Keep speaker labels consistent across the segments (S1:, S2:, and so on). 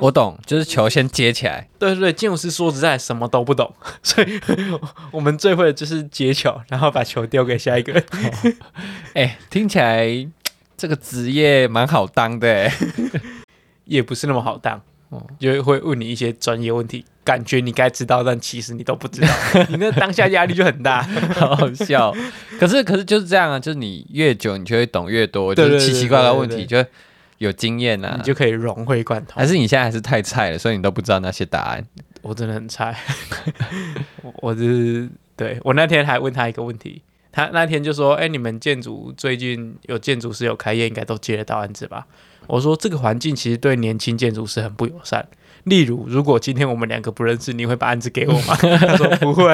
S1: 我懂，就是球先接起来，
S2: 对对对，建筑师说实在什么都不懂， 所以我们最会的就是接球，然后把球丢给下一个人。
S1: 哎、听起来这个职业蛮好当的、哎
S2: 也不是那么好当
S1: 哦。
S2: 就会问你一些专业问题，感觉你该知道，但其实你都不知道，你那当下压力就很大。
S1: 好好笑。可是可是就是这样啊，就是你越久，你就会懂越多，就
S2: 对
S1: 是
S2: 对对
S1: 奇奇怪怪的问
S2: 对
S1: 题
S2: 对
S1: 就会有经验啊
S2: 你。就可以融会贯通。
S1: 还是你现在还是太菜了，所以你都不知道那些答案。
S2: 我真的很菜， 我我是对我那天还问他一个问题，他那天就说：“哎、你们建筑最近有建筑师有开业，应该都接得到案子吧？”我说：“这个环境其实对年轻建筑师很不友善。例如，如果今天我们两个不认识，你会把案子给我吗？” 他说：“不会。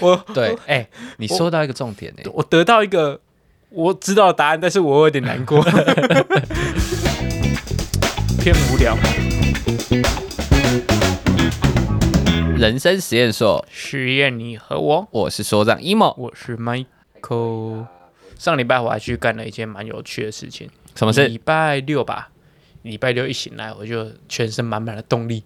S2: 哦我”
S1: 对，哎、你说到一个重点哎、
S2: 我得到一个我知道的答案，但是我有点难过， 偏无聊。
S1: 人生实验所，
S2: 实验你和我。
S1: 我是所长 emo，
S2: 我是 Michael。上礼拜我还去干了一件蛮有趣的事情，
S1: 什么事？
S2: 礼拜六吧，礼拜六一醒来我就全身满满的动 力，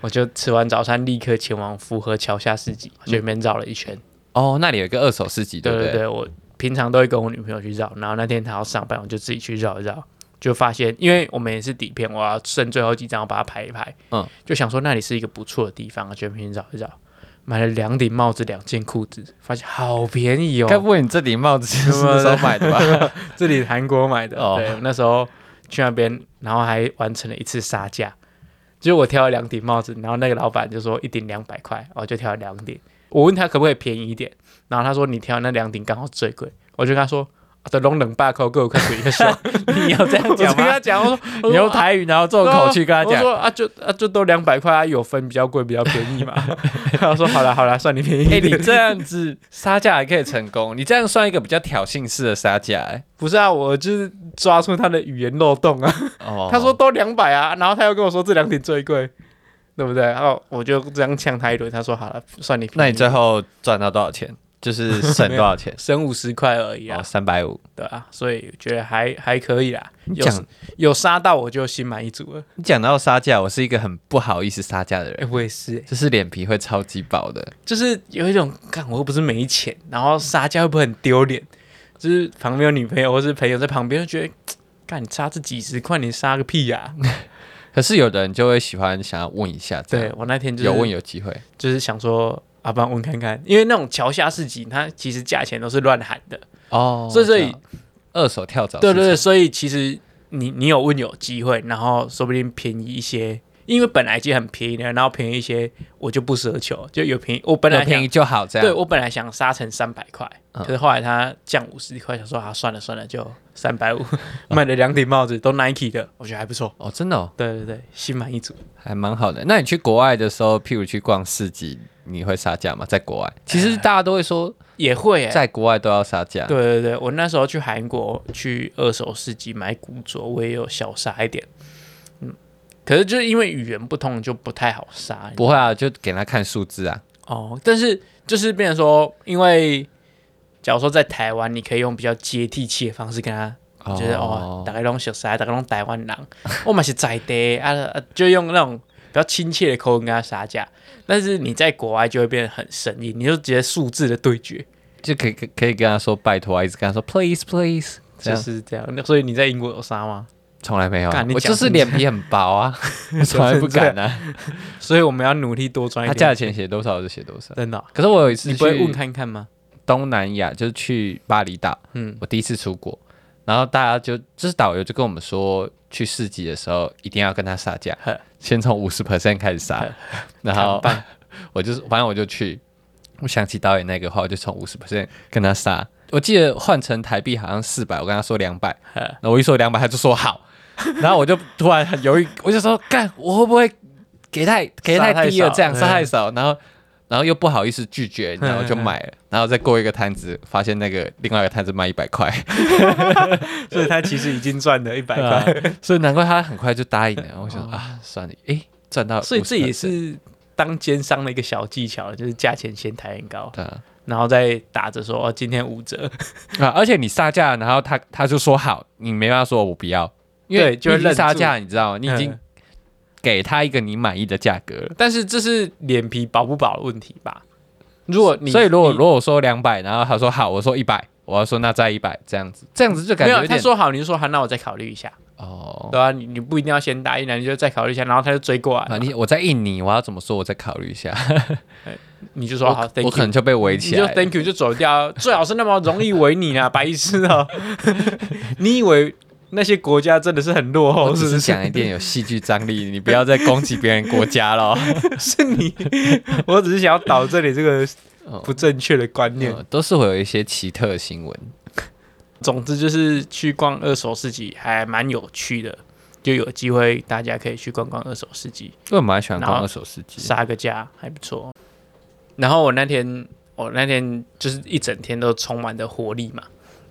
S2: 我就吃完早餐立刻前往福和桥下市集，随便绕了一圈。
S1: 哦，那里有一个二手市集，对
S2: 对
S1: 不
S2: 对对，我平常都会跟我女朋友去绕，然后那天她要上班，我就自己去绕一绕。就发现，因为我们也是底片，我要剩最后几张，我把它排一排。
S1: 嗯，
S2: 就想说那里是一个不错的地方，全平绕一绕，买了两顶帽子、两件裤子，发现好便宜哦。
S1: 该不会你这顶帽子是
S2: 么
S1: 那时候买 的吧？
S2: 这里韩国买的，
S1: 哦
S2: 对，那时候去那边，然后还完成了一次杀价，就我挑了两顶帽子，然后那个老板就说一顶两百块，我就挑了两顶，我问他可不可以便宜一点，然后他说你挑那两顶刚好最贵，我就跟他说。啊的龙冷霸扣够快水一 下，
S1: 你有这样
S2: 我就
S1: 讲
S2: 跟他
S1: 吗？
S2: 讲，我说我说
S1: 你用台语然后这种口气跟他
S2: 我
S1: 讲，
S2: 说啊就啊就都两百块啊，有分比较贵比较便宜嘛。 他说好了好了，算你便宜
S1: 哎、
S2: 一
S1: 你
S2: 点。
S1: 这样子杀价还可以成功，你这样算一个比较挑衅式的杀价、哎
S2: 不是啊，我就是抓住他的语言漏洞啊。
S1: 哦
S2: 他说都两百啊，然后他又跟我说这两点最贵，对不对？然后我就这样呛他一顿，他说好了，算你便宜？
S1: 那你最后赚到多少钱？就是省多少钱
S2: 省五十块而已啊，
S1: 哦，三百五。
S2: 对啊，所以觉得还还可以啦，有
S1: 讲
S2: 有杀到我就心满意足了。
S1: 你讲到杀价，我是一个很不好意思杀价的
S2: 哎、
S1: 人，
S2: 我也是、欸，
S1: 就是脸皮会超级薄的。
S2: 就是有一种看我又不是没钱，然后杀价会不会很丢脸？就是旁边有女朋友或是朋友在旁边，就觉得。干你差这几十块，你杀个屁 呀、
S1: 可是有的人就会喜欢想要问一下，这
S2: 对
S1: 样，
S2: 我那天就是
S1: 有问有机会。
S2: 就是想说，啊，不然问看看，因为那种桥下市集，它其实价钱都是乱喊的，
S1: 哦
S2: 所以所以
S1: 我知道二手跳蚤市
S2: 对
S1: 场，
S2: 对对，所以其实你你有问有机会，然后说不定便宜一些，因为本来已经很便宜了，然后便宜一些，我就不奢求，就有便宜。我本来
S1: 有便
S2: 想
S1: 宜，就好，这
S2: 对
S1: 样。
S2: 我本来想杀成三百块，
S1: 嗯
S2: 可是后来他降五十块，想说啊，算了算了，就三百五， 买了两顶帽子，都 Nike 的，我觉得还不错。
S1: 哦，真的、哦、
S2: 对对对，心满意足。
S1: 还蛮好的。那你去国外的时候，譬如去逛市集，你会杀价吗？在国外，其实大家都会说，
S2: 也哎会哎、
S1: 在国外都要杀价。
S2: 对对对，我那时候去韩国去二手市集买古着，我也有小杀一点，嗯，可是就是因为语言不通，就不太好杀。
S1: 不会啊，就给他看数字啊。
S2: 哦，但是就是变成说，因为假如说在台湾，你可以用比较接地气的方式跟他，就是哦，大概拢熟悉，大概拢台湾人， 我们是在地啊，啊就用那种比较亲切的口吻跟他杀价。但是你在国外就会变得很生硬，你就直接数字的对决，
S1: 就可以可以跟他说拜托啊，一直跟他说 please please，这
S2: 就
S1: 样
S2: 是这样。那所以你在英国有杀吗？
S1: 从来没有啊、
S2: 干你
S1: 我
S2: 讲
S1: 就是脸皮很薄 啊，我从来不敢啊。
S2: 所以我们要努力多赚一
S1: 他
S2: 点。
S1: 价钱写多少就写多少。
S2: 真的哦、
S1: 可是我有一次
S2: 啊你不会
S1: 去
S2: 问看看吗？
S1: 东南亚，就是去巴厘岛，
S2: 嗯，
S1: 我第一次出国，然后大家就就是导游就跟我们说，去市集的时候一定要跟他杀 价
S2: 呵，
S1: 先从五十 percent 开始杀，然后 我就是反正我就去，我想起导演那个话，我就从五十 percent 跟他杀。我记得换成台币好像四百，我跟他说两百，
S2: 呵
S1: 那我一说两百，他就说好，然后我就突然很犹豫，我就说干，我会不会给太给
S2: 杀
S1: 太
S2: 太
S1: 低了，
S2: 少
S1: 这样杀
S2: 嗯
S1: 太少，然后然后又不好意思拒 绝，然后就买了，然后再过一个摊子，发现那个另外一个摊子卖一百块，
S2: 所以他其实已经赚 了一 百块，
S1: 啊所以难怪他很快就答应了。我想啊，算了，诶，赚到50%，
S2: 所以这也是当奸商的一个小技巧，就是价钱先抬很高，
S1: 对啊。
S2: 然后再打着说、哦、今天五折，
S1: 啊，而且你杀价，然后他他就说好，你没办法说我不要，因为
S2: 对就会
S1: 你已经
S2: 愣住
S1: 杀价，你知道吗？你已经
S2: 嗯
S1: 给他一个你满意的价格了。
S2: 但是这是脸皮薄不薄的问题吧？如果你
S1: 所以如果
S2: 你
S1: 如果我说两百，然后他说好，我说一百，我要说那再一百，这样子，这样子就感
S2: 没
S1: 觉
S2: 有
S1: 有
S2: 他
S1: 点
S2: 说好，你就说好，那我再考虑一下，
S1: 哦，
S2: 对啊，你你不一定要先答应啊，你就再考虑一下，然后他就追过来
S1: 啊，
S2: 嘛，
S1: 你我在印尼，我要怎么说？我再考虑一下。
S2: 你就说好
S1: 我
S2: ，thank
S1: 我
S2: you，
S1: 可能就被围
S2: 你
S1: 起
S2: 就
S1: 来了。
S2: thank you 就走掉，最好是那么容易为你啊，白痴 啊！你以为那些国家真的是很落
S1: 我
S2: 后？是
S1: 只
S2: 不
S1: 是
S2: 是
S1: 讲一点有戏剧张力，你不要再攻击别人国家 了。
S2: 是你，我只是想要导正你这个
S1: 哦
S2: 不正确的观念。
S1: 嗯都是会有一些奇特的新闻。
S2: 总之就是去逛二手市集还蛮有趣的，就有机会大家可以去逛逛二手市集，
S1: 我蛮喜欢
S2: 然
S1: 逛
S2: 后
S1: 二手市集，
S2: 杀个价还不错。然后我那天，我那天就是一整天都充满着活力嘛，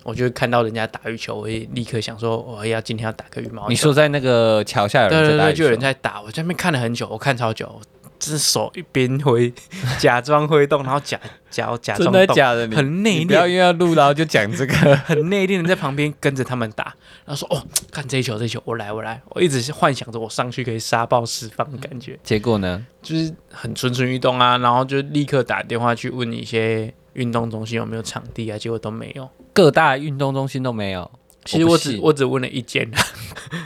S2: 我就看到人家打羽球，我会立刻想说，我要今天要打个羽毛球。
S1: 你说在那个桥下有
S2: 对
S1: 人
S2: 对
S1: 在打
S2: 对，
S1: 羽球
S2: 就有人在打，我在那边看了很久，我看超久，我只手一边挥， 假装挥动，然后假假假
S1: 真
S2: 装
S1: 的
S2: 动，
S1: 假的？你
S2: 很内
S1: 你不要
S2: 敛，
S1: 因为要录，然后就讲这 个。
S2: 很内敛的在旁边跟着他们打，然后说哦，看这一球，这一球，我来，我来，我一直是幻想着我上去可以杀爆四方的感觉，
S1: 结果呢？
S2: 嗯就是很蠢蠢欲动啊，然后就立刻打电话去问一些运动中心有没有场地啊，结果都没有。
S1: 各大运动中心都没有。
S2: 其实我
S1: 不
S2: 只
S1: 信
S2: 我只问了一间，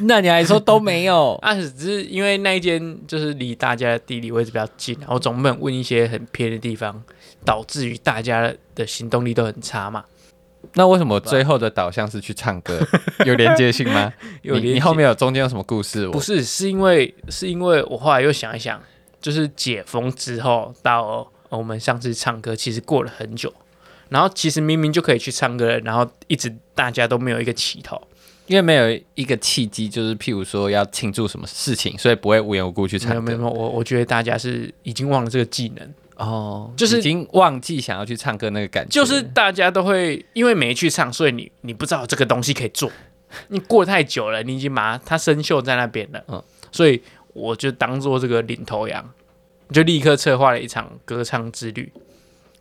S1: 那你还说都没有？
S2: 啊，只是因为那一间就是离大家的地理位置比较近啊，我总不能问一些很偏的地方，导致于大家的行动力都很差嘛。
S1: 那为什么最后的导向是去唱歌？有连接性吗？
S2: 有
S1: 你
S2: 连
S1: 你
S2: 接
S1: 后面有中间有什么故事？
S2: 不
S1: 我
S2: 是，是因为是因为我后来又想一想，就是解封之后到、呃我们上次唱歌，其实过了很久，然后其实明明就可以去唱歌了，然后一直大家都没有一个起头。
S1: 因为没有一个契机，就是譬如说要庆祝什么事情，所以不会无缘无故去
S2: 没有
S1: 唱
S2: 没有，
S1: 歌。
S2: 没有我我觉得大家是已经忘了这个技能。
S1: 哦，
S2: 就是
S1: 已经忘记想要去唱歌那个感觉，
S2: 就是大家都会因为没去唱，所以你你不知道这个东西可以做， 你过太久了，你已经把它它生锈在那边了，
S1: 嗯
S2: 嗯，所以我就当做这个领头羊，就立刻策划了一场歌唱之旅。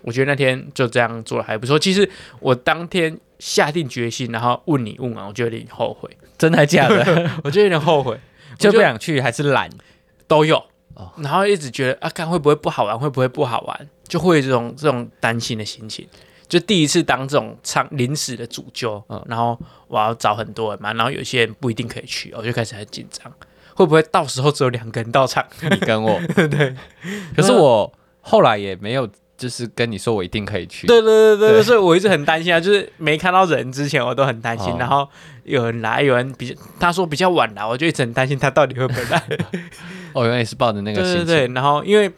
S2: 我觉得那天就这样做的还不错。其实我当天下定决心，然后问你问完，我就有点后悔，
S1: 真的假的？
S2: 我就有点后悔，
S1: 就不想去还是 懒？
S2: 都有
S1: 哦，
S2: 然后一直觉得啊，看会不会不好玩，会不会不好玩，就会有这种这种担心的心情。就第一次当这种唱临时的主揪，
S1: 嗯
S2: 然后我要找很多人嘛，然后有些人不一定可以去，我就开始很紧张，会不会到时候只有两个人到场？
S1: 你跟我对，可是我后来也没有，就是跟你说我一定可以去。
S2: 对对对对
S1: 对
S2: 对，所以我一直很担心啊，就是没看到人之前我都很担心，
S1: 哦
S2: 然后有人来，有人比较他说比较晚来，我就一直很担心他到底会不会来。
S1: 哦，原来是抱着那个心
S2: 对
S1: 情。
S2: 对对，然后因为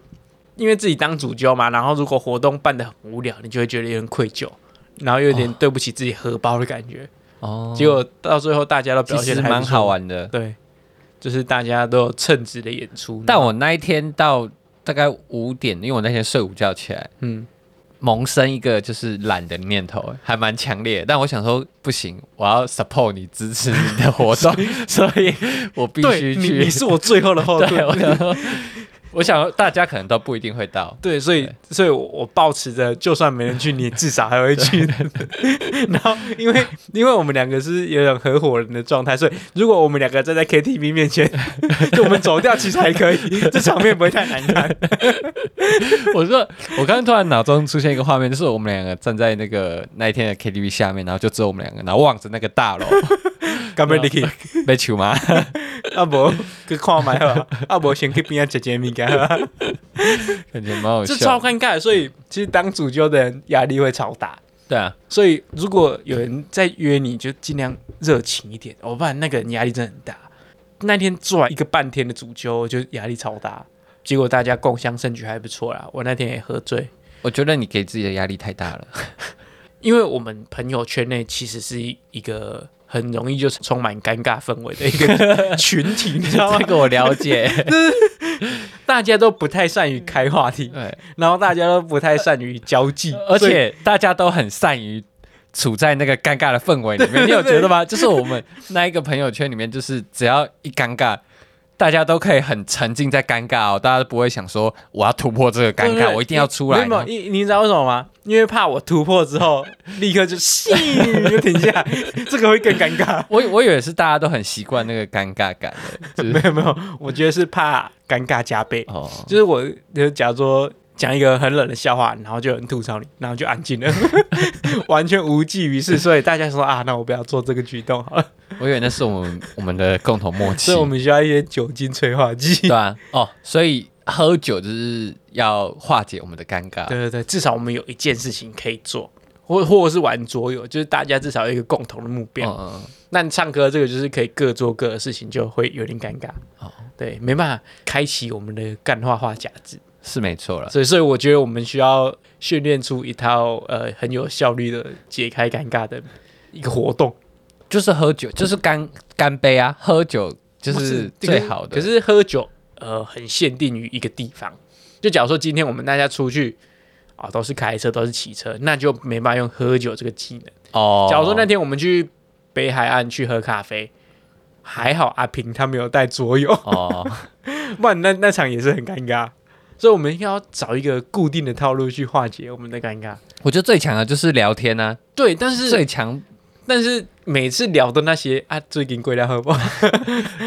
S2: 因为自己当主教嘛，然后如果活动办得很无聊，你就会觉得有点愧疚，然后又有点对不起自己荷包的感觉。
S1: 哦，
S2: 结果到最后大家都
S1: 其
S2: 表现
S1: 实
S2: 得还不
S1: 蛮
S2: 错
S1: 好，啊玩的。
S2: 对，就是大家都有称职的演出。
S1: 但我那一天到大概五点，因为我那天睡午觉起来，
S2: 嗯，
S1: 萌生一个就是懒的念头，还蛮强烈的。但我想说，不行，我要 support 你，支持你的活动， 所以我必须
S2: 对你
S1: 去
S2: 你。是我最后的后
S1: 对，我
S2: 盾。
S1: 想说，我想说大家可能都不一定会到。
S2: 对，所以所以我，我保持着，就算没人去，你至少还会去。 然后，因为因为我们两个是有点合伙人的状态，所以如果我们两个站在 KTV 面前， 就我们走掉其实还可以，这场面不会太难 看。
S1: 我说，我刚刚突然脑中出现一个画面，就是我们两个站在那个那一天的 KTV 下面，然后就只有我们两个，然后望着那个大 楼
S2: 干杯，你去
S1: 被球吗？
S2: 啊无去看卖好啊，啊无先去边仔食食物件好啊，
S1: 感觉蛮好
S2: 这
S1: 笑。
S2: 超尴尬的。所以其实当主教的人压力会超大，
S1: 对啊，
S2: 所以如果有人在约你，就尽量热情一点，哦，不然那个人压力真的很大。那天做完一个半天的主教，我就压力超大。结果大家共襄盛举还不错啦，我那天也喝醉，
S1: 我觉得你给自己的压力太大了。
S2: 因为我们朋友圈内其实是一个很容易就充满尴尬氛围的一个群体， 你知道 吗
S1: 这？个我了解。
S2: 大家都不太善于开话题，
S1: 对。，
S2: 然后大家都不太善于交际
S1: 而
S2: 所以
S1: 且大家都很善于处在那个尴尬的氛围里面，你有觉得吗？就是我们那一个朋友圈里面，就是只要一尴尬，大家都可以很沉浸在尴尬、哦，大家都不会想说我要突破这个尴
S2: 对
S1: 尬，
S2: 对
S1: 我一定要出来。
S2: 没有，你你知道为什么吗？因为怕我突破之后，立刻就信就停下来，这个会更尴尬。
S1: 我我以为是大家都很习惯那个尴尬感的，就是
S2: 没有没有，我觉得是怕尴尬加倍。
S1: 哦，
S2: 就是我，就假如说讲一个很冷的笑话，然后就有人吐槽你，然后就安 静了，完全无济于事。所以大家说啊，那我不要做这个举动好了。
S1: 我以为那是我们我们的共同 默契
S2: 所以。我们需要一些酒精催化剂
S1: 对。啊，哦，所以喝酒就是要化解我们的尴尬。
S2: 对对对，至少我们有一件事情可以做，或或者是玩桌游，就是大家至少有一个共同的目标。
S1: 嗯嗯，
S2: 那你唱歌这个就是可以各做各的事情，就会有点尴尬。
S1: 哦
S2: 对，没办法开启我们的干话话匣子，
S1: 是没错了。
S2: 所以所以我觉得我们需要训练出一套呃很有效率的解开尴尬的一个活动，
S1: 就是喝酒，就是干干杯啊！喝酒就
S2: 不
S1: 是
S2: 这个
S1: 最好的。
S2: 可是喝酒呃很限定于一个地方，就假如说今天我们大家出去。啊、都是开车，都是骑车，那就没办法用喝酒这个技能。
S1: 哦，
S2: 假如说那天我们去北海岸去喝咖啡，还好阿平他没有带桌游，
S1: 哦，
S2: 不然那那场也是很尴尬。所以我们应该要找一个固定的套路去化解我们的尴尬。
S1: 我觉得最强的就是聊天啊，
S2: 对，但是
S1: 最强
S2: 但是每次聊的那些啊，最近贵聊 喝不好？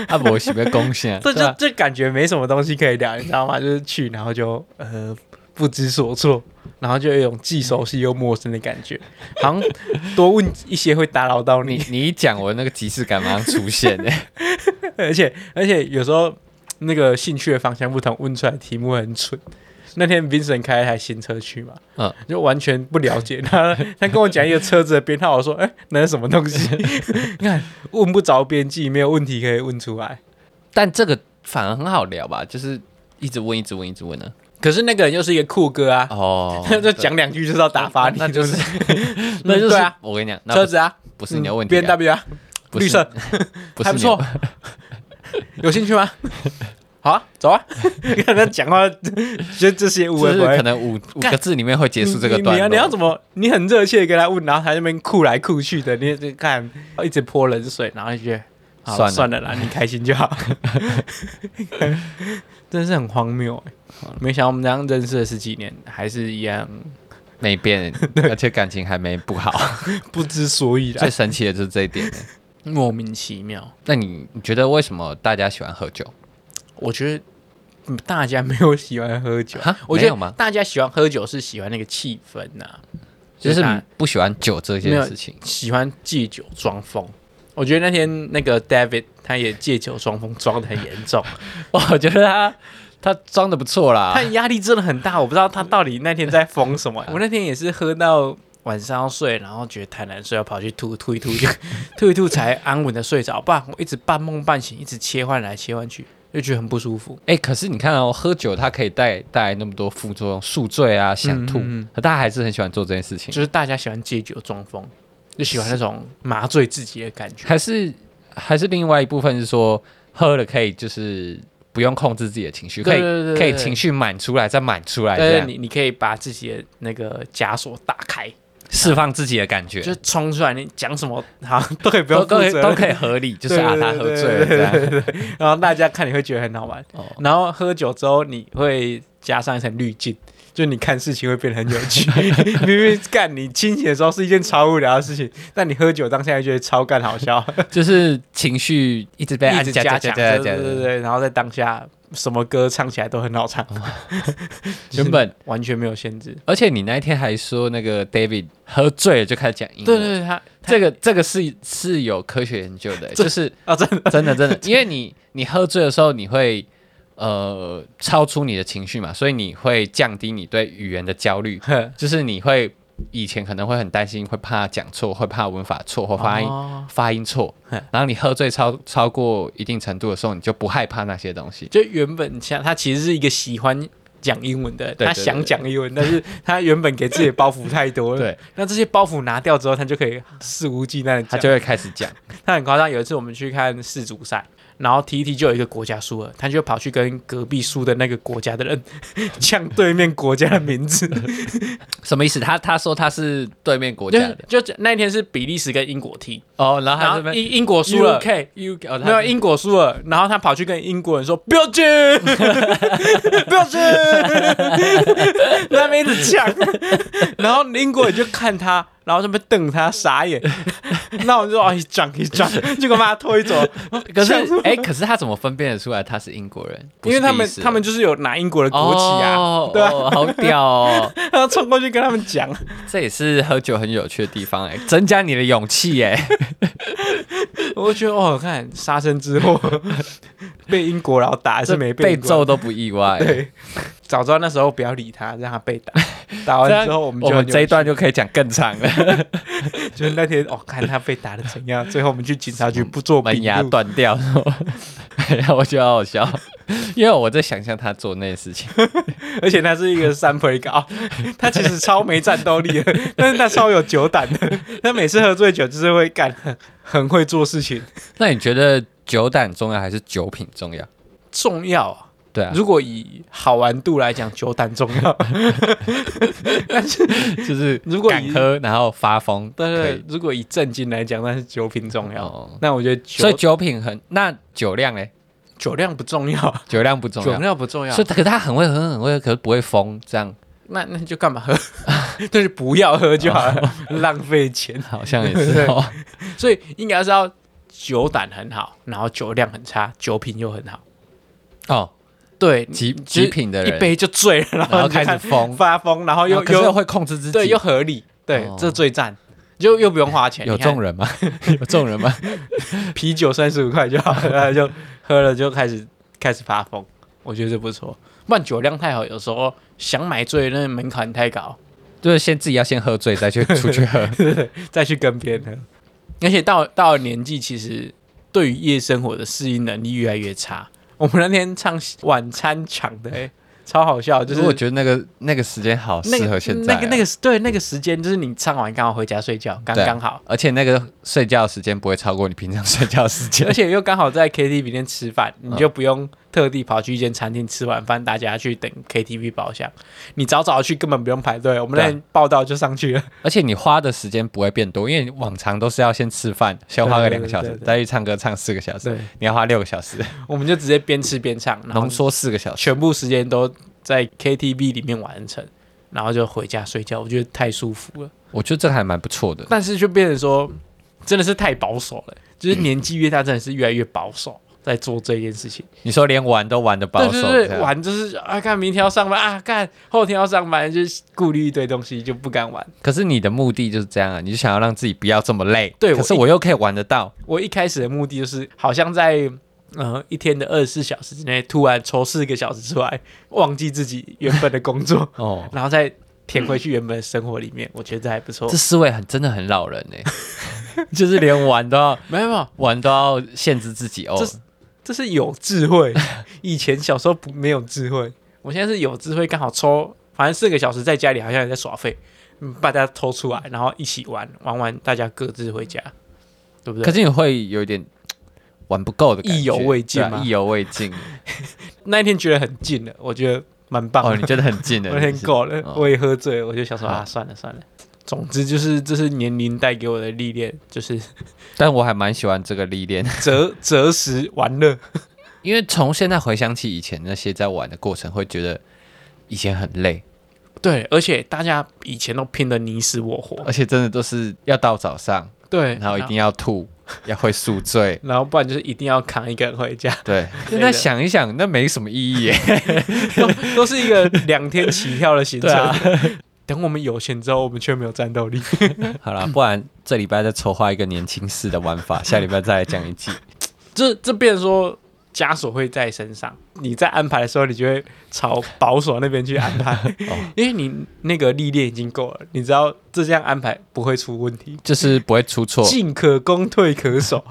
S1: 阿伯喜欢贡 献，
S2: 这
S1: 对
S2: 就
S1: 啊
S2: 这感觉没什么东西可以聊，你知 道吗？就是去然后就呃不知所措，然后就有一种既熟悉又陌生的感 觉，好像多问一些会打扰到
S1: 你
S2: 你，
S1: 你一讲，我那个即视感马上出现哎、
S2: 而且而且有时候那个兴趣的方向不同，问出来的题目很蠢。那天 Vincent 开一台新车去嘛，
S1: 嗯
S2: 就完全不了解他，他跟我讲一个车子的编号，我说，哎、那是什么东西？ 看问不着边际，没有问题可以问出来。
S1: 但这个反而很好聊吧，就是一直问，一直问，一直问啊呢、
S2: 可是那个人又是一个酷哥啊，
S1: 啊。 哦
S2: 他就讲两句就是要打发你，
S1: 那就是
S2: 是
S1: 那就是、
S2: 对啊
S1: 我跟你讲，那
S2: 车
S1: 不是
S2: 子啊，
S1: 不是你的问题、
S2: ，B
S1: 啊
S2: N W 啊，
S1: 不是
S2: 绿色
S1: 不
S2: 还
S1: 是
S2: 不
S1: 你
S2: 错
S1: 的，
S2: 有兴趣吗？ 好啊，走啊！ 看他讲话， 就这些无
S1: 就
S2: 为
S1: 是
S2: 不为
S1: 可。能五五个字里面会结束这个
S2: 你
S1: 段
S2: 你
S1: 落。
S2: 要你要怎么？你很热切地跟他问，然后他那边哭来哭去的，你就看哦一直泼冷水，然后就觉得好
S1: 算了
S2: 算了啦，你开心就好。 真是很荒谬、欸，没想到我们这样认识了十几年，还是一样
S1: 没 变，而且感情还没不 好，
S2: 不知所以
S1: 最
S2: 然，
S1: 神奇的就是这一点、欸。
S2: 莫名其妙。
S1: 那你你觉得为什么大家喜欢喝酒？
S2: 我觉得嗯大家没有喜欢喝酒
S1: 哈，
S2: 我觉
S1: 没有
S2: 得
S1: 吗
S2: 大家喜欢喝酒是喜欢那个气氛啊呐、
S1: 就是
S2: 大
S1: 你不喜欢酒这
S2: 没
S1: 件
S2: 有
S1: 事情。
S2: 喜欢借酒装疯。我觉得那天那个 David 他也借酒装疯，装的很严重，
S1: 我觉得他他装的不错啦
S2: 他，压力真的很大。我不知道他到底那天在疯什么。我那天也是喝到晚上要睡，然后觉得太难睡，要跑去吐吐一 吐，就吐一吐才安稳的睡着。不然我一直半梦半醒，一直切换来切换去，就觉得很不舒服。
S1: 哎、可是你看哦，喝酒它可以带带来那么多副作用，宿醉啊、想吐，
S2: 嗯嗯
S1: 可大家还是很喜欢做这件事情
S2: 就。是大家喜欢借酒装疯，就喜欢那种麻醉自己的感 觉。
S1: 还是还是另外一部分是说，喝了可以就是不用控制自己的情绪，可
S2: 对
S1: 以
S2: 对对对
S1: 可以
S2: 对
S1: 情绪满出来，再满出来，这
S2: 但是
S1: 样
S2: 你你可以把自己的那个枷锁打开，
S1: 释放自己的感觉，
S2: 就冲出来，你讲什么 好像都可以不
S1: 都
S2: 用负
S1: 都可以
S2: 责
S1: 都可以合理，就是啊，他喝醉了这
S2: 对对
S1: 样。
S2: 对对对然后大家看你会觉得很好玩，
S1: 哦
S2: 然后喝酒之后你会加上一层滤镜，就你看事情会变得很有 趣。明明干你清醒的时候是一件超无聊的事情，但你喝酒当下就觉得超干好笑，
S1: 就是情绪一直被
S2: 一
S1: 按
S2: 直
S1: 加加
S2: 加强，
S1: 加
S2: 对
S1: 加
S2: 对对
S1: 加，
S2: 对，然后在当下什么歌唱起来都很好唱，
S1: 原本。
S2: 完全没有限制。
S1: 而且你那一天还说那个 David 喝醉了就开始讲英文，
S2: 对对对，他
S1: 这个这个是是有科学研究的，就是
S2: 啊真的
S1: 真的真的， 因为你你喝醉的时候，你会呃超出你的情绪嘛，所以你会降低你对语言的焦 虑，
S2: 呵
S1: 就是你会以前可能会很担心，会怕讲错，会怕文法错或发音、
S2: 哦
S1: 发音错
S2: 哼，
S1: 然后你喝醉超超过一定程度的时候，你就不害怕那些东西。
S2: 就原本像他其实是一个喜欢讲英文的人，
S1: 对对
S2: 他想讲英文，但是他原本给自己的包袱太多了。
S1: 对，
S2: 那这些包袱拿掉之后，他就可以肆无忌惮的
S1: 他
S2: 讲。
S1: 就会开始讲，
S2: 他很夸张。有一次我们去看世足赛，然后提一提就有一个国家输了，他就跑去跟隔壁输的那个国家的人 呛对面国家的名 字，
S1: 什么意思？他他说他是对面国
S2: 就
S1: 家
S2: 是
S1: 的
S2: 就那一天是比利时跟英国踢，
S1: 哦，然后他这
S2: 然后
S1: 边
S2: 英英国输了
S1: UK UK 哦，他
S2: 没有英国输了，然后他跑去跟英国人说不要进， 不要进， 那边一直呛，然后英国人就看他，然后这边瞪他傻眼，那我就说哎撞一撞，结果把他推走，
S1: 可是
S2: 呛死我
S1: 哎，可是他怎么分辨得出来他是英国人？不
S2: 因
S1: 是
S2: 为他们
S1: 比利时人
S2: 他们就是有拿英国的国旗啊，
S1: 哦
S2: 对啊
S1: 哦好屌哦！
S2: 然后冲过去跟他们讲，
S1: 这也是喝酒很有趣的地方 哎，增加你的勇气哎。
S2: 我就觉得哦，看杀身之祸，被英国佬打还是没
S1: 被
S2: 英国佬
S1: 揍都不意外。
S2: 打？对，早知道那时候不要理他，让他被打，打
S1: 这
S2: 完
S1: 样
S2: 之后我们就
S1: 我们这一
S2: 有
S1: 段就可以讲更长 了，
S2: 就是那天哦，看他被打的怎 样，最后我们去警察局不做笔
S1: 门牙
S2: 录，
S1: 断掉，然后我觉得好好笑，因为我在想象他做那些 事情。
S2: 而且他是一个三 play 啊， 他其实超没战斗力的， 但是他超有酒胆的， 他每次喝醉酒就是会干，很很会做事情，
S1: 那你觉得酒胆重要还是酒品重要？
S2: 重要啊。
S1: 对啊，
S2: 如果以好玩度来讲，酒胆重 要。
S1: 就是
S2: 如果
S1: 敢
S2: 以
S1: 喝然后发疯，
S2: 但
S1: 可
S2: 是
S1: 以
S2: 如果以正经来讲，那是酒品重要。
S1: 哦。
S2: 那我觉得酒
S1: 所以酒品很，那酒量嘞？
S2: 酒量不重要，
S1: 酒量不重
S2: 酒
S1: 要。
S2: 量不重要
S1: 所以，。可是他很会喝，很会喝，可是不会疯，这样
S2: 那那就干 嘛喝？就是不要喝就好了，
S1: 哦
S2: 浪费钱。
S1: 好像也是哦。
S2: 所以应该是要酒胆很好，然后酒量很差，酒品又很好。
S1: 哦，
S2: 对，
S1: 极
S2: 就是
S1: 极品的
S2: 一
S1: 人，
S2: 杯就醉了，然
S1: 然后
S2: 后
S1: 开始疯，
S2: 发疯，然后又
S1: 然后可是又
S2: 又
S1: 会控制自己。
S2: 对又合理，对，
S1: 哦
S2: 这最赞。就又不用花钱，
S1: 有
S2: 你看
S1: 众人 吗？有众人吗？
S2: 啤酒三十五块就好了，然后就喝了就开始开始发疯，我觉得这不错。不然酒量太好，有时候想买醉那门槛太高，
S1: 就是先自己要先喝醉，再去 出去喝。
S2: 再去跟别人喝。而且到到了年纪，其实对于夜生活的适应能力越来越差。我们那天唱晚餐场 的、欸，超好笑，就
S1: 就是是我觉得那个那个时间好
S2: 那
S1: 适
S2: 个
S1: 合现在、
S2: 那个那，个对那个时间，就是你唱完刚好回家睡觉，刚
S1: 对啊
S2: 刚好。
S1: 而且那个睡觉时间不会超过你平常睡觉时间
S2: 而。且又刚好在 KTV 店吃饭，
S1: 嗯
S2: 你就不用特地跑去一间餐厅吃晚饭，大家去等 KTV 包厢。你早早去根本不用排队，我们那天报道就上去了。
S1: 而且你花的时间不会变多，因为你往常都是要先吃饭，先花个两个小
S2: 对
S1: 时
S2: 对，对
S1: 再去唱歌唱四个小时
S2: 对，
S1: 你要花六个小时，
S2: 我们就直接边吃边唱，然后
S1: 浓缩四个小时。
S2: 全部时间都在 KTV 里面完成，然后就回家睡觉。我觉得太舒服了，
S1: 我觉得这个还蛮不错的。
S2: 但是就变成说，真的是太保守了，就是年纪越大，真的是越来越保守。在做这件事情，
S1: 你说连玩都玩的嗯保守，
S2: 对对
S1: 这
S2: 对，
S1: 样
S2: 玩就是啊，看明天要上班啊，看后天要上班，就是顾虑一堆东西，就不敢玩。
S1: 可是你的目的就是这样啊，你就想要让自己不要这么累。
S2: 对
S1: 可是
S2: 我一
S1: 我又可以玩得到。，
S2: 我一开始的目的就是，好像在呃一天的二十四小时之内，突然抽四个小时出来，忘记自己原本的工作
S1: 哦，
S2: 然后再填回去原本的生活里面，我觉得还不错
S1: 这。思维很真的很老人 呢、就是连玩都要
S2: 没有没有，
S1: 玩都要限制自己哦。
S2: 这这是有智 慧。以前小时候不没有智慧，我现在是有智慧，刚好抽，反正四个小时在家里好像也在耍废，嗯把大家抽出来，然后一起玩，玩完大家各自回家，对不对？
S1: 可是你会有一点玩不够的感觉，
S2: 意犹未尽
S1: 对啊
S2: 吗
S1: 意犹未 尽。
S2: 那一天觉得很近了，我觉得蛮棒的。
S1: 哦，你真的很近的，
S2: 我那天
S1: 你是
S2: 够了
S1: 哦，
S2: 我也喝醉了，我就想说
S1: 好
S2: 啊，算了算了。总之就是这是年龄带给我的历练，就是
S1: 但我还蛮喜欢这个历练，
S2: 择 择时玩乐。
S1: 因为从现在回想起以前那些在玩的过程，会觉得以前很累，
S2: 对，而且大家以前都拼得你死我活，
S1: 而且真的都是要到早上，
S2: 对，
S1: 然后一定要吐， 要会宿 醉。
S2: 然后，然后不然就是一定要扛一个人回家，
S1: 对，
S2: 对
S1: 那
S2: 的
S1: 想一想，那没什么意义耶。
S2: 都 都是一个两天起跳的行程。
S1: 对啊
S2: 等我们有钱之后，我们却没有战斗力。
S1: 好了，不然这礼拜再筹划一个年轻式的玩 法，下礼拜再来讲一季。
S2: 这这变成说枷锁会在身上，你在安排的时候，你就会朝保守那边去安 排，
S1: 哦
S2: 因为你那个历练已经够了，你知道这样安排不会出问题，
S1: 就是不会出 错，
S2: 进可攻，退 可守。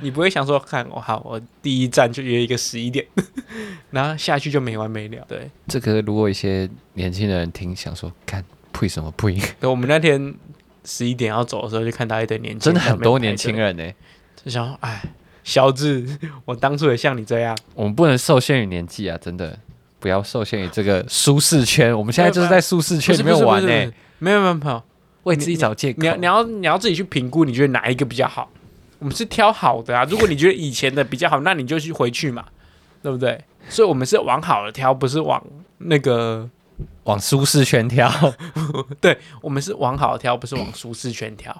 S2: 你不会想说，看我、好，我第一站就约一个十一点， 然后下去就没完没了。对，
S1: 这个如果一些年轻人听，想说干配什么 配，
S2: 对我们那天十一点要走的时候，就看到一堆年轻，
S1: 真的很多年轻，人呢、
S2: 就想说，哎，小智， 我当初也像你这样，
S1: 我们不能受限于年纪啊，真的不要受限于这个舒适圈。我们现在就是在舒适圈里面玩呢、
S2: 呢、没有没有没有，
S1: 为自己找借口。
S2: 你要你要你要自己去评估，你觉得哪一个比较好？我们是挑好 的啊。如果你觉得以前的比较好，那你就去回去嘛，对不对？所以我们是往好的挑，不是往那个，
S1: 往舒适圈挑，
S2: 对我们是往好的挑，不是往舒适圈挑。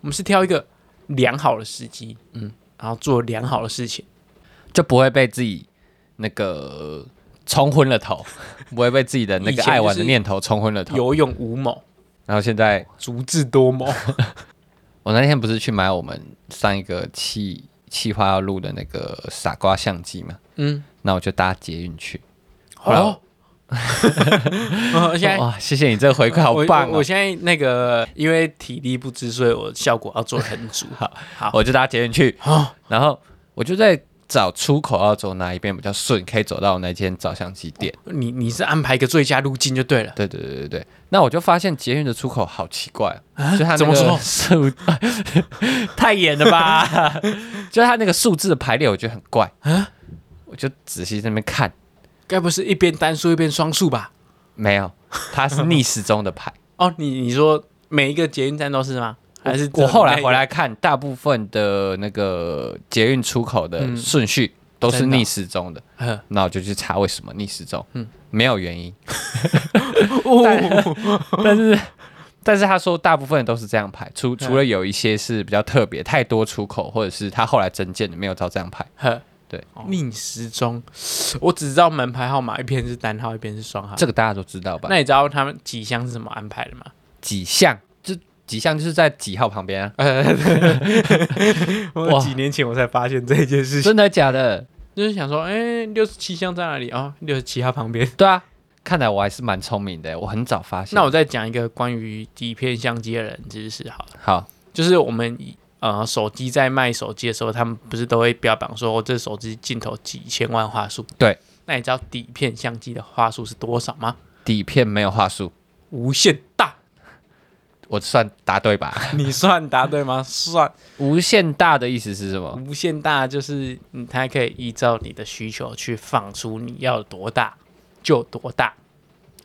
S2: 我们是挑一个良好的时机，嗯，然后做良好的事情。
S1: 就不会被自己那个呃冲昏了 头，不会被自己的那
S2: 以
S1: 个
S2: 前就是
S1: 爱玩的念头冲昏了头。
S2: 有勇无谋，
S1: 然后现在，
S2: 足智多谋。
S1: 我那天不是去买我们上一个气气化要录的那个傻瓜相机嘛？
S2: 嗯，
S1: 那我就搭捷运去。
S2: 哦， 我现在。
S1: 哇，谢谢你这个回馈，好
S2: 我
S1: 棒、哦
S2: 我！我现在那个，因为体力不支，所以我效果要做得很足。好，好，
S1: 我就搭捷运去，
S2: 哦
S1: 然后我就在找出口要走哪一边比较顺，可以走到那间照相机店。
S2: 你你是安排一个最佳路径就对了。
S1: 对对对对对，那我就发现捷运的出口好奇怪、哦，就它那
S2: 啊怎么
S1: 个
S2: 说
S1: 数太严了吧？ 就它那个数字的排列，我觉得很怪
S2: 啊
S1: 我就仔细在那边看，
S2: 该不是一边单数一边双数吧？
S1: 没有，它是逆时钟的排。
S2: 哦，你你说每一个捷运站都是吗？ 还是
S1: 我后来回
S2: 来
S1: 来看，大部分的那个捷运出口的顺序都是
S2: 嗯真的哦
S1: 逆时钟的，
S2: 嗯
S1: 那我就去查为什么逆时钟，嗯，没有原因， 但
S2: 嗯
S1: 是但是他说大部分都是这样排，除除了有一些是比较特别，太多出口或者是他后来增建的没有照这样排，
S2: 呵
S1: 对哦
S2: 逆时钟？我只知道门牌号码一边是单号，一边是双号。
S1: 这个大家都知道吧？
S2: 那你知道他们几箱是怎么安排的吗？
S1: 几项就几项就是在几号旁边啊？
S2: 我几年前我才发现这件事情，
S1: 真的假的？
S2: 就是想说，哎，六十七箱在哪里？哦，六十七号旁边。
S1: 对啊，看来我还是蛮聪明的，我很早发现。
S2: 那我再讲一个关于底片相机的人知识好了。
S1: 好，
S2: 就是我们以呃手机在卖手机的时候，他们不是都会标榜说，哦我、这手机镜头几千万画素。
S1: 对，
S2: 那你知道底片相机的画素是多少吗？
S1: 底片没有话术，
S2: 无限大。
S1: 我算答对吧？
S2: 你算答对吗？ 算。
S1: 无限大的意思是什么？
S2: 无限大就是你它可以依照你的需求去放出你要多大就多大。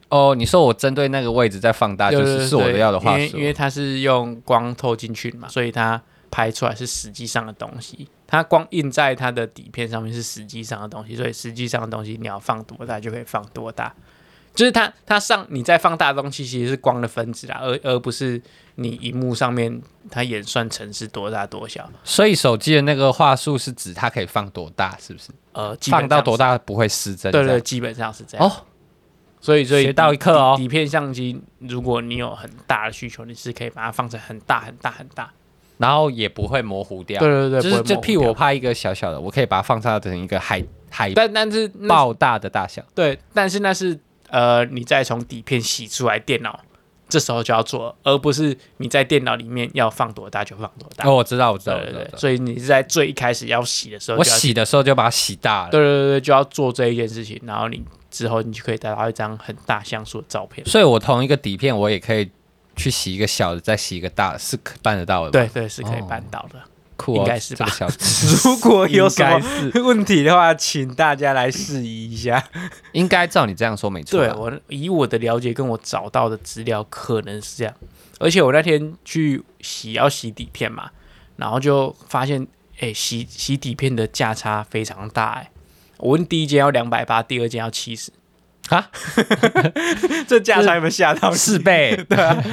S1: 哦，你说我针对那个位置再放大，啊就
S2: 对
S1: 是
S2: 对
S1: 是我的
S2: 对
S1: 要的话
S2: 因为
S1: 术
S2: 因。为它是用光透进去的嘛，所以它拍出来是实际上的东西。它光印在它的底片上面是实际上的东西，所以实际上的东西你要放多大就可以放多大。就是它它上你在放大的东西其实是光的分子啦，而而不是你荧幕上面它演算成是多大多小。
S1: 所以手机的那个话术是指它可以放多大，是不是？
S2: 呃，基本
S1: 放到
S2: 上
S1: 多
S2: 是？
S1: 大不会失真？
S2: 对
S1: 这样
S2: 对，基本上是这样。
S1: 哦，
S2: 所以所以
S1: 学到一课哦
S2: 底底片相机，如果你有很大的需求，你是可以把它放成很大很大很大。
S1: 然后也不会模糊掉。
S2: 对对对，
S1: 就是就譬
S2: 屁
S1: 如
S2: 我。
S1: 我拍一个小小的，我可以把它放大成一个海海
S2: 但但是那
S1: 报大的大小。
S2: 对，但是那是呃，你再从底片洗出来，电脑这时候就要做，而不是你在电脑里面要放多大就放多大。
S1: 哦，我知道，我知道，
S2: 对
S1: 我
S2: 对
S1: 知道。我
S2: 对
S1: 知，道
S2: 所以你是在最一开始要洗的时候
S1: 我
S2: 就要，
S1: 洗的时候就把它洗大了，
S2: 对对对对，就要做这一件事情，然后你之后你就可以得到一张很大像素的照片。
S1: 所以我同一个底片，我也可以去洗一个小的，再洗一个大的，是可办得到的。，
S2: 对对，是可以
S1: 哦
S2: 办到的。
S1: 酷哦，
S2: 应该是吧
S1: 这个小知识
S2: 如果有什
S1: 应该
S2: 么
S1: 是
S2: 问题的话，请大家来质疑一下。
S1: 应该照你这样说没错
S2: 对
S1: 吧。
S2: 我以我的了解跟我找到的资料可能是这样，而且我那天去洗要洗底片嘛，然后就发现，哎、洗洗底片的价差非常大、哎，我问第一间要两百八，第二间要七十，
S1: 啊，
S2: 这价差有没有吓到你？
S1: 四 倍
S2: 啊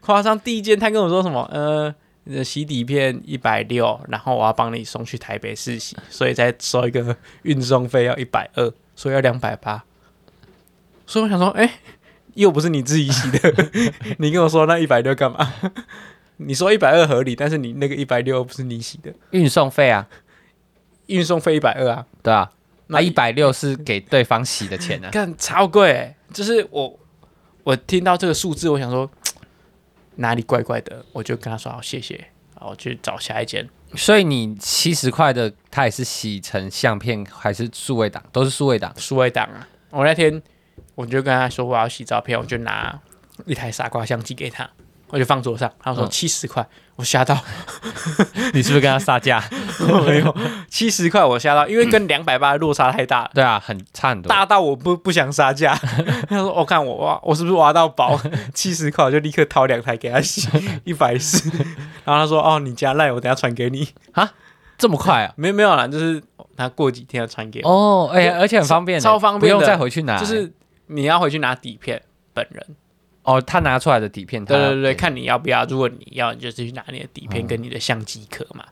S2: 夸张，第一间他跟我说什么？呃。呃洗底片一百六，然后我要帮你送去台北市洗，所以再收一个运送费要一百二，所以要两百八。所以我想说，哎、又不是你自己洗的， 你跟我说那一百六干嘛？你说一百二合理，但是你那个一百六不是你洗的，
S1: 运送费啊，
S2: 运送费一百二啊，
S1: 对啊，那
S2: 那
S1: 一百六是给对方洗的钱呢、啊。
S2: 干超贵、欸。就是我我听到这个数字，我想说哪里怪怪的，我就跟他说好谢谢，然后我去找下一间。
S1: 所以你七十块的，它也是洗成相片还是数位档？都是数位档。
S2: 数位档啊。我那天我就跟他说我要洗照片，我就拿一台傻瓜相机给他，我就放桌上。他说
S1: 嗯
S2: 七十块，我吓到，
S1: 你是不是跟他杀价？
S2: 没有七十块，我吓到，因为 跟两百八落差太大了。
S1: 对啊，很差很多。
S2: 大到我不不想杀 价。他说：“我、看我挖，我是不是挖到 宝？七十块我就立刻掏两台给他 洗，一百 四。”然后他说：“哦，你加赖，我等下传给你。
S1: 这么快啊？”
S2: 没有没有啦，就是他过几天要传给我，
S1: 哦，哎、而且很方便欸，
S2: 超方便的
S1: 不用再回去拿欸。
S2: 就是你要回去拿底片本人。
S1: 哦，他拿出来的底片，
S2: 对
S1: 他嗯
S2: 对对，看你要不要。如果你要，你就去拿你的底片跟你的相机壳嘛。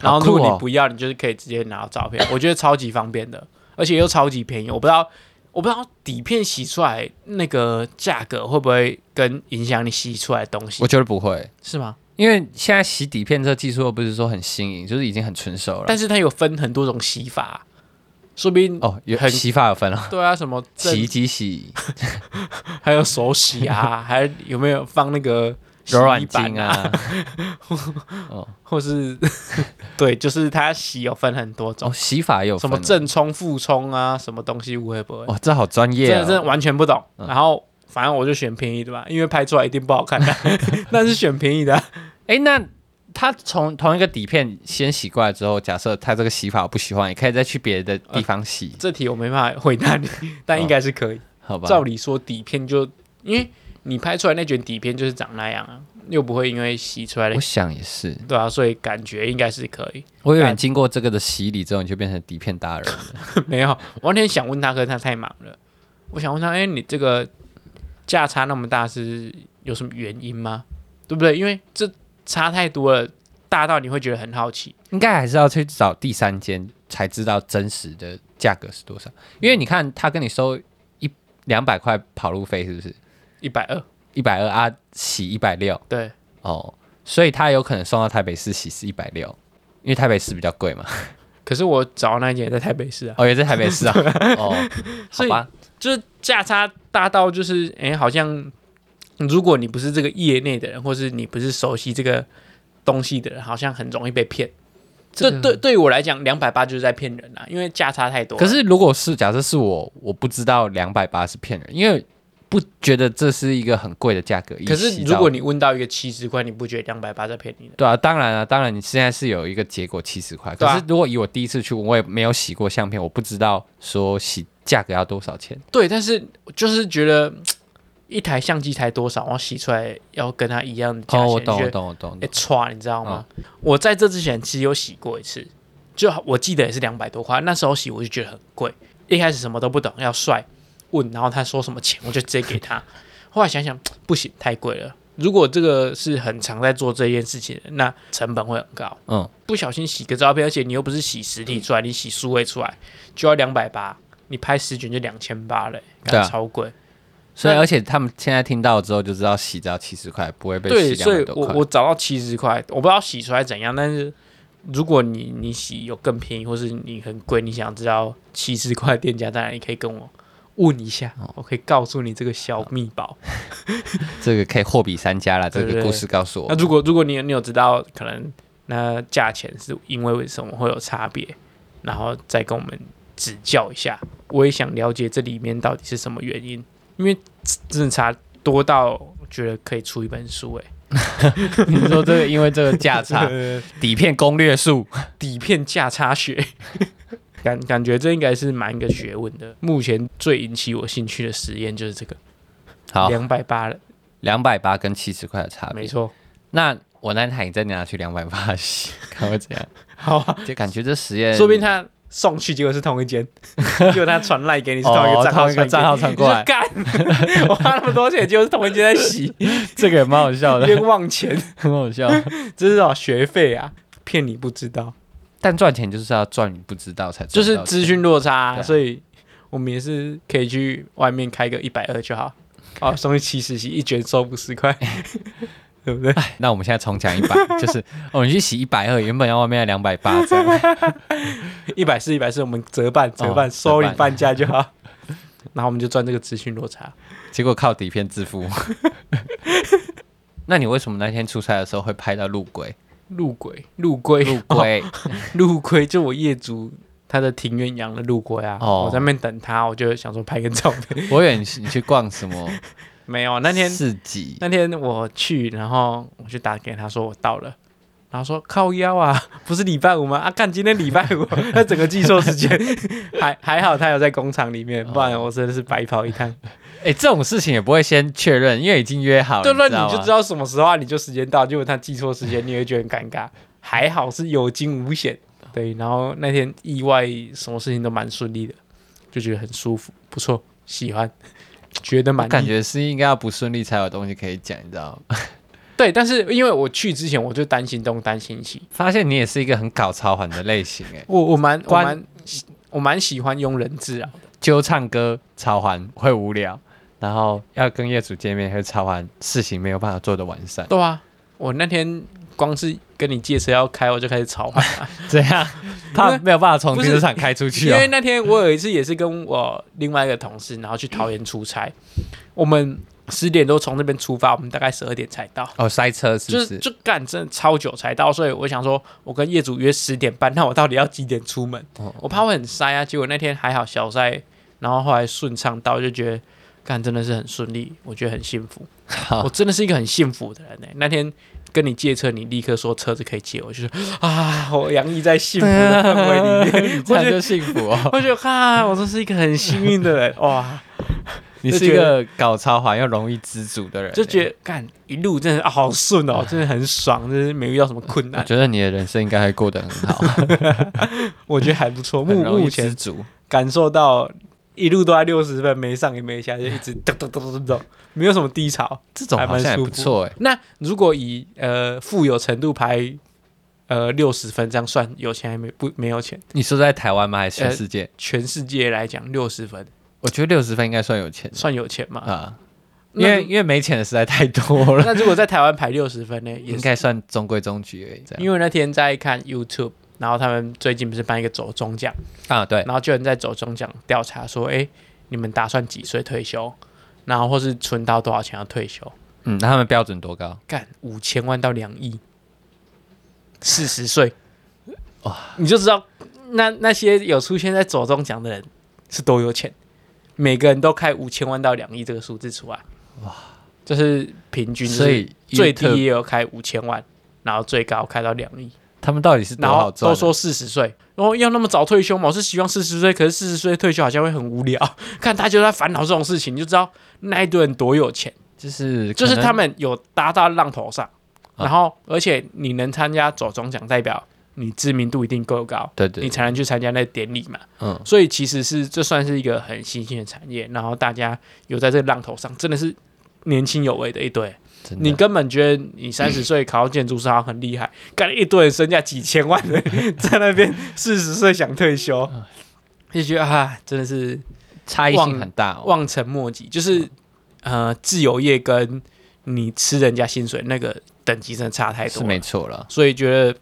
S2: 然
S1: 好酷
S2: 后如果
S1: 哦
S2: 你不要，你就是可以直接拿到照片，我觉得超级方便的，而且又超级便宜。我不知道，我不知道底片洗出来那个价格会不会跟影响你洗出来的东西
S1: 我，觉得不会，
S2: 是吗？
S1: 因为现在洗底片这技术又不是说很新颖，就是已经很成熟了。
S2: 但是它有分很多种洗法，说不定
S1: 哦，有
S2: 很
S1: 洗发有分哦，
S2: 对啊，什么正
S1: 洗衣机洗
S2: 还有手 洗啊，还有没有放那个
S1: 柔软
S2: 洗衣板
S1: 巾啊，
S2: 或是 对，就是它洗有分很多种
S1: 哦，。洗发也有
S2: 什
S1: 分
S2: 么
S1: 哦
S2: 正冲、负冲啊，什么东西无会不会，
S1: 哇，这好专业
S2: 真的真
S1: 哦。
S2: 的完全不懂。然后反正我就选便宜的吧，因为拍出来一定不 好看的，那是选便宜的啊。
S1: 哎，那他从同一个底片先洗过来之后，假设他这个洗法我不喜欢，也可以再去别的地方洗，
S2: 这题我没办法回 答你，但应该是可以。
S1: 哦好吧？
S2: 呃照理说底片就因为你拍出来那卷底片就是长那样啊，又不会因为洗出来的
S1: 我想也是，
S2: 对啊，所以感觉应该是可以。
S1: 我以为你经过这个的洗礼之后，你就变成底片达人了。
S2: 没有，我那天想问他，可是他太忙了。我想问他，哎、你这个价差那么大是有什么原因吗？对不对？因为这差太多了，大到你会觉得很好奇。
S1: 应该还是要去找第三间才知道真实的价格是多少，因为你看他跟你收一两百块跑路费是不是？
S2: 一百二，
S1: 一百二啊，洗一百六
S2: 对，
S1: 哦，所以他有可能送到台北市洗是一百六，因为台北市比较贵嘛。
S2: 可是我找到那一间也在台北市啊，
S1: 哦，也在台北市啊。哦，好
S2: 所以
S1: 吧，
S2: 就是价差大到就是，哎、好像如果你不是这个业内的人，或是你不是熟悉这个东西的人，好像很容易被骗。这
S1: 个
S2: 对对于我来讲，两百八就是在骗人啊，因为价差太多了。
S1: 可是如果是假设是我，我不知道两百八是骗人，因为不觉得这是一个很贵的价格。
S2: 可
S1: 以洗
S2: 是
S1: 到
S2: 如果你问到一个七十块，你不觉得两百八在骗你的？
S1: 对啊，当然啊，当然，你现在是有一个结果七十块，可
S2: 对啊
S1: 是如果以我第一次去，我也没有洗过相片，我不知道说洗价格要多少钱。
S2: 对，但是就是觉得一台相机才多少，然后洗出来要跟它一样的价钱，
S1: 哦，我懂，
S2: 就
S1: 我
S2: 觉得
S1: 懂，我懂。
S2: 哎歘，你知道吗？
S1: 嗯
S2: 我在这之前其实有洗过一次，就我记得也是两百多块，那时候洗我就觉得很贵，一开始什么都不懂，要帅问，然后他说什么钱我就直接给他，后来想想不行，太贵了。如果这个是很常在做这件事情的，那成本会很高。
S1: 嗯，
S2: 不小心洗个照片，而且你又不是洗实体出来，你洗数位出来就要两百八，你拍十卷就两千八了、欸，
S1: 对啊
S2: 超贵。
S1: 所以
S2: 那
S1: 而且他们现在听到之后就知道洗只要七十块，不会被
S2: 对，
S1: 洗
S2: 所
S1: 两
S2: 以
S1: 百多
S2: 我
S1: 块。
S2: 我找到七十块，我不知道洗出来怎样，但是如果你你洗有更便宜，或是你很贵，你想知道七十块的店家在哪里，可以跟我问一下，
S1: 哦
S2: 我可以告诉你这个小秘宝。
S1: 这个可以货比三家啦，这
S2: 对
S1: 个
S2: 对
S1: 故事告诉我
S2: 那。 如果如果你你有知道，可能那价钱是因为为什么会有差别，然后再跟我们指教一下。我也想了解这里面到底是什么原因，因为真的差多到觉得可以出一本书哎、
S1: 你说这个因为这个价 差底片攻略术，
S2: 底片价差学。 感感觉这应该是蛮一个学问的。目前最引起我兴趣的实验就是这个，
S1: 好，
S2: 两百八了，
S1: 两百八跟七十块的差
S2: 没
S1: 别。
S2: 错。
S1: 那我那台你再拿去两百八洗， 看会怎样？
S2: 好、啊，
S1: 就感觉这实验，
S2: 说不定他送去结果是同一 间，结果他传赖给你哦是同一个账号
S1: 同一
S2: 传给
S1: 个
S2: 你，
S1: 账号传过来
S2: 你就，干！ 我花那么多钱，结果是同一间在洗
S1: 这个也蛮好笑的，
S2: 冤枉钱，
S1: 很好笑。
S2: 这是啊学费啊，骗你不知道，
S1: 但赚钱就是要赚你不知道才
S2: 就
S1: 赚
S2: 是
S1: 到钱
S2: 资讯落差啊、
S1: 对啊
S2: 所以我们也是可以去外面开个一百二就好，哦，送去七十洗，一卷收五十 块，对不对？
S1: 那我们现在重讲一百， 就是哦，你去洗一百二，原本要外面要两百八这 样。
S2: 一百四一百四，我们折半折半、
S1: 哦
S2: 收你
S1: 折半
S2: 半价就 好，然后我们就赚这个资讯落差。
S1: 结果靠底片致富。 那你为什么那天出差的时候会拍到陆龟？
S2: 陆龟，陆龟，
S1: 陆 龟，
S2: 陆龟就我业主他的庭院养了陆龟啊，
S1: 哦
S2: 我在那边等他，我就想说拍个照片，
S1: 我以为你是你去逛什么
S2: 没有，那天
S1: 四级，
S2: 那天我去，然后我就打给他说我到了，然后说靠腰啊，不是礼拜五吗？啊，干，今天礼拜 五，他整个记错时间，还还好他有在工厂里面，不然
S1: 哦
S2: 我真的是白跑一趟。
S1: 哎、这种事情也不会先确认，因为已经约好了，
S2: 对
S1: 了，
S2: 了，你就知
S1: 道吗。
S2: 道什么时候啊，你就时间到，结果他记错时间，你会觉得很尴 尬。还好是有惊无险，对，然后那天意外什么事情都蛮顺利的，就觉得很舒服，不错，喜欢， 觉得
S1: 我
S2: 蛮
S1: 感觉是应该要不顺利才有东西可以讲，你知道吗？
S2: 对，但是因为我去之前我就担心东担心西，
S1: 发现你也是一个很搞超环的类型、哎，
S2: 我我蛮我
S1: 关
S2: 蛮喜我蛮喜欢庸人啊自扰的，
S1: 就唱歌超环会无聊，然后要跟业主见面会超环事情没有办法做的完善，
S2: 对啊，我那天光是跟你借车要开，我就开始吵 了，
S1: 这样他没有办法从
S2: 不
S1: 停
S2: 是
S1: 车场开出去
S2: 因
S1: 哦
S2: 为。那天我有一次也是跟我另外一个同事，然后去桃园出差，我们十点多从那边出发，我们大概十二点才到。
S1: 哦，塞车是
S2: 就
S1: 不
S2: 是
S1: 是？
S2: 就干真的超久才到，所以我想说，我跟业主约十点半，那我到底要几点出门？
S1: 哦
S2: 我怕会很塞啊。结果那天还好小塞，然后后来顺畅到，就觉得干真的是很顺利，我觉得很幸福。我真的是一个很幸福的人呢、那天跟你借车，你立刻说车子可以借我，就是啊，我洋溢在幸福的
S1: 啊
S2: 氛围里 面，
S1: 这样就幸福哦。
S2: 我觉得啊，我真是一个很幸运的 人哇，
S1: 你是一个搞超环又容易知足的人，
S2: 就觉得干一路真的、啊好顺哦，真的很爽，真是没遇到什么困
S1: 我
S2: 难，
S1: 觉得你的人生应该会过得很好，
S2: 我觉得还不错。
S1: 很
S2: 目
S1: 容易知
S2: 目前
S1: 足。
S2: 感受到一路都在六十分，没上也没下，就 一直咚咚咚咚咚，没有什么低潮。
S1: 这种好像也不错哎、
S2: 那如果以呃富有程度排呃六十分这样算，有钱还没不没有钱，
S1: 你说在台湾吗？还是全世界？
S2: 全世界来讲六十分
S1: 我觉得六十分应该算有钱的
S2: 算有钱嘛？
S1: 啊，因
S2: 那
S1: 为因为没钱的实在太多了，
S2: 那如果在台湾排六十分呢，也
S1: 应
S2: 是
S1: 该算中规中矩而已。这样
S2: 因为那天在看 YouTube，然后他们最近不是办一个走中奖，
S1: 啊，对，
S2: 然后就有人在走中奖调查说，哎，你们打算几岁退休？然后或是存到多少钱要退休？
S1: 嗯，那他们标准多高？
S2: 干五千万到两亿，四十岁，哇！你就知道那那些有出现在走中奖的人是多有钱，每个人都开五千万到两亿这个数字出来，哇！这是平均，
S1: 所以
S2: 就是最
S1: YouTube-
S2: 低也有开五千万，然后最高开到两亿。
S1: 他们到底是多
S2: 然
S1: 好
S2: 后
S1: 赚啊？
S2: 都说四十岁，然后要那么早退休嘛？我是希望四十岁，可是四十岁退休好像会很无聊。看他就在烦恼这种事情，你就知道那一堆人多有钱，
S1: 就是
S2: 就
S1: 可
S2: 是
S1: 能
S2: 他们有搭到浪头上，
S1: 啊
S2: 然后而且你能参加走中奖，代表你知名度一定够高，
S1: 对对
S2: 你才能去参加那典礼嘛。
S1: 嗯，
S2: 所以其实是这算是一个很新兴的产业，然后大家有在这个浪头上，真的是年轻有为的一堆。
S1: 真
S2: 你
S1: 的
S2: 根本觉得你三十岁考到建筑师好像很厉害， 干一堆人身价几千万的 在那边四十岁想退休，
S1: 嗯
S2: 就觉得啊，真的是
S1: 差异性
S2: 忘
S1: 很大、哦。
S2: 望尘莫及。就是
S1: 嗯
S2: 呃，自由业跟你吃人家薪水那个等级真的差太
S1: 是
S2: 多
S1: 没
S2: 了，
S1: 错了，
S2: 所以觉得，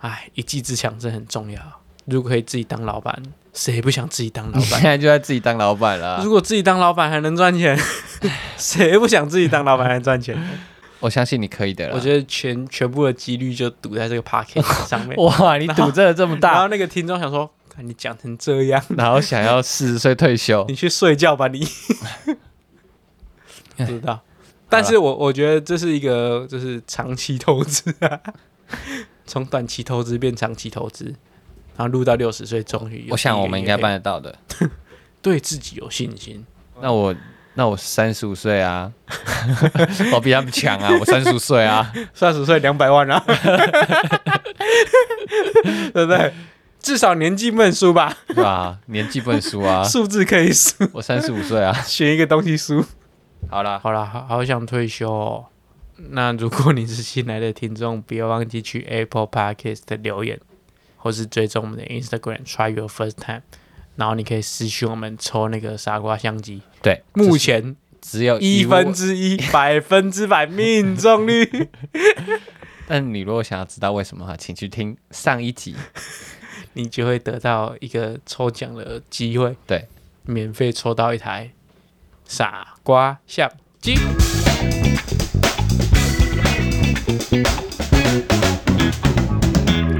S2: 哎，一技之长真的很重要。如果可以自己当老板，谁不想自己当 老
S1: 你
S2: 板
S1: 现？在就在自己当老板了啊、
S2: 如果自己当老板还能赚 钱，谁不想自己当老板还能赚钱？
S1: 我相信你可以的啦。
S2: 我觉得全全部的几率就赌在这个 p a c k e t 上面。
S1: 哇，你赌真的这么
S2: 然
S1: 大，
S2: 后那个听众想说：“看你讲成这 样，
S1: 然后想要四十岁退休
S2: 你，去睡觉 吧你。”
S1: 哎
S2: 不知道，但是我我觉得这是一个就是长期投资啊， 从短期投资变长期投资，然后录到六十岁终于有。
S1: 我想我们应该办得到的。
S2: 对自己有信心。
S1: 那我那我三十五岁啊， 我比他们强啊，我三十五岁啊，
S2: 三十岁两百万啊， 对不对？至少年纪不能输吧，
S1: 对吧？年纪不能输啊，
S2: 数字可以输，
S1: 我三十五岁啊。
S2: 选一个东西输。
S1: 好啦，
S2: 好啦，好好想退休、哦。那如果你是新来的听众，别忘记去 Apple Podcast 的留言，或是追踪我们的 Instagram Try Your First Time，然后你可以私讯我们抽那个傻瓜相机。
S1: 对，
S2: 目
S1: 就是
S2: 前
S1: 只有
S2: 一
S1: 位
S2: 分，之一，百分之百命中率。
S1: 但你如果想要知道为什么的话，请去听上一集。
S2: 你就会得到一个抽奖的机会，
S1: 对，
S2: 免费抽到一台傻瓜相机。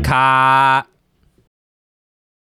S2: 卡，